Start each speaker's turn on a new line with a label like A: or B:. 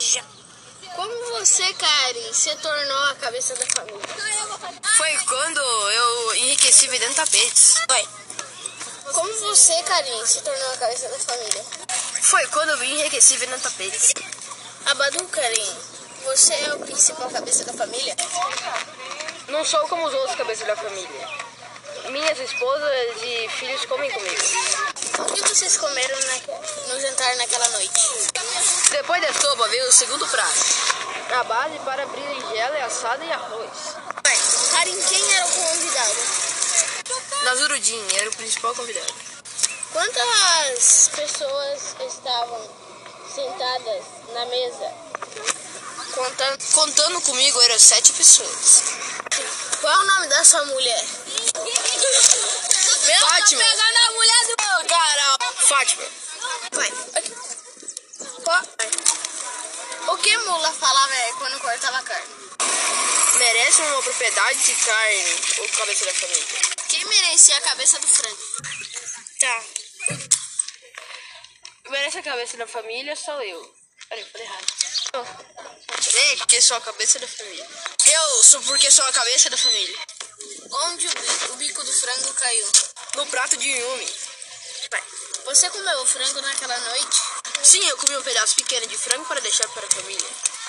A: Já.
B: Como você, Karen, se tornou a cabeça da família?
A: Foi quando eu enriqueci vendendo tapetes. Foi.
B: Como você, Karen, se tornou a cabeça da família?
A: Foi quando eu enriqueci vendendo tapetes.
B: Abadu, Karen, você é o principal cabeça da família?
A: Não sou como os outros cabeças da família. Minhas esposas e filhos comem comigo.
B: O que vocês comeram na- no jantar naquela noite?
A: Depois da sopa veio o segundo prato. A base para berinjela é assada e arroz.
B: Karen, quem era o convidado?
A: Nazurudin era o principal convidado.
B: Quantas pessoas estavam sentadas na mesa? Contando.
A: Contando comigo eram sete pessoas.
B: Qual é o nome da sua mulher? Meu,
A: Fátima.
B: tá pegando a mulher do meu, cara.
A: Fátima.
B: Qua- O que mula falava é quando cortava carne?
A: Merece uma propriedade de carne o cabeça da família.
B: Quem merecia a cabeça do frango?
A: Tá. Merece a cabeça da família sou eu. Peraí, falei errado. Eu, porque sou a cabeça da família. Eu sou porque sou a cabeça da família.
B: Onde o bico, o bico do frango caiu?
A: No prato de um yumi. Vai.
B: Você comeu o frango naquela noite?
A: Sim, eu comi um pedaço pequeno de frango para deixar para a família.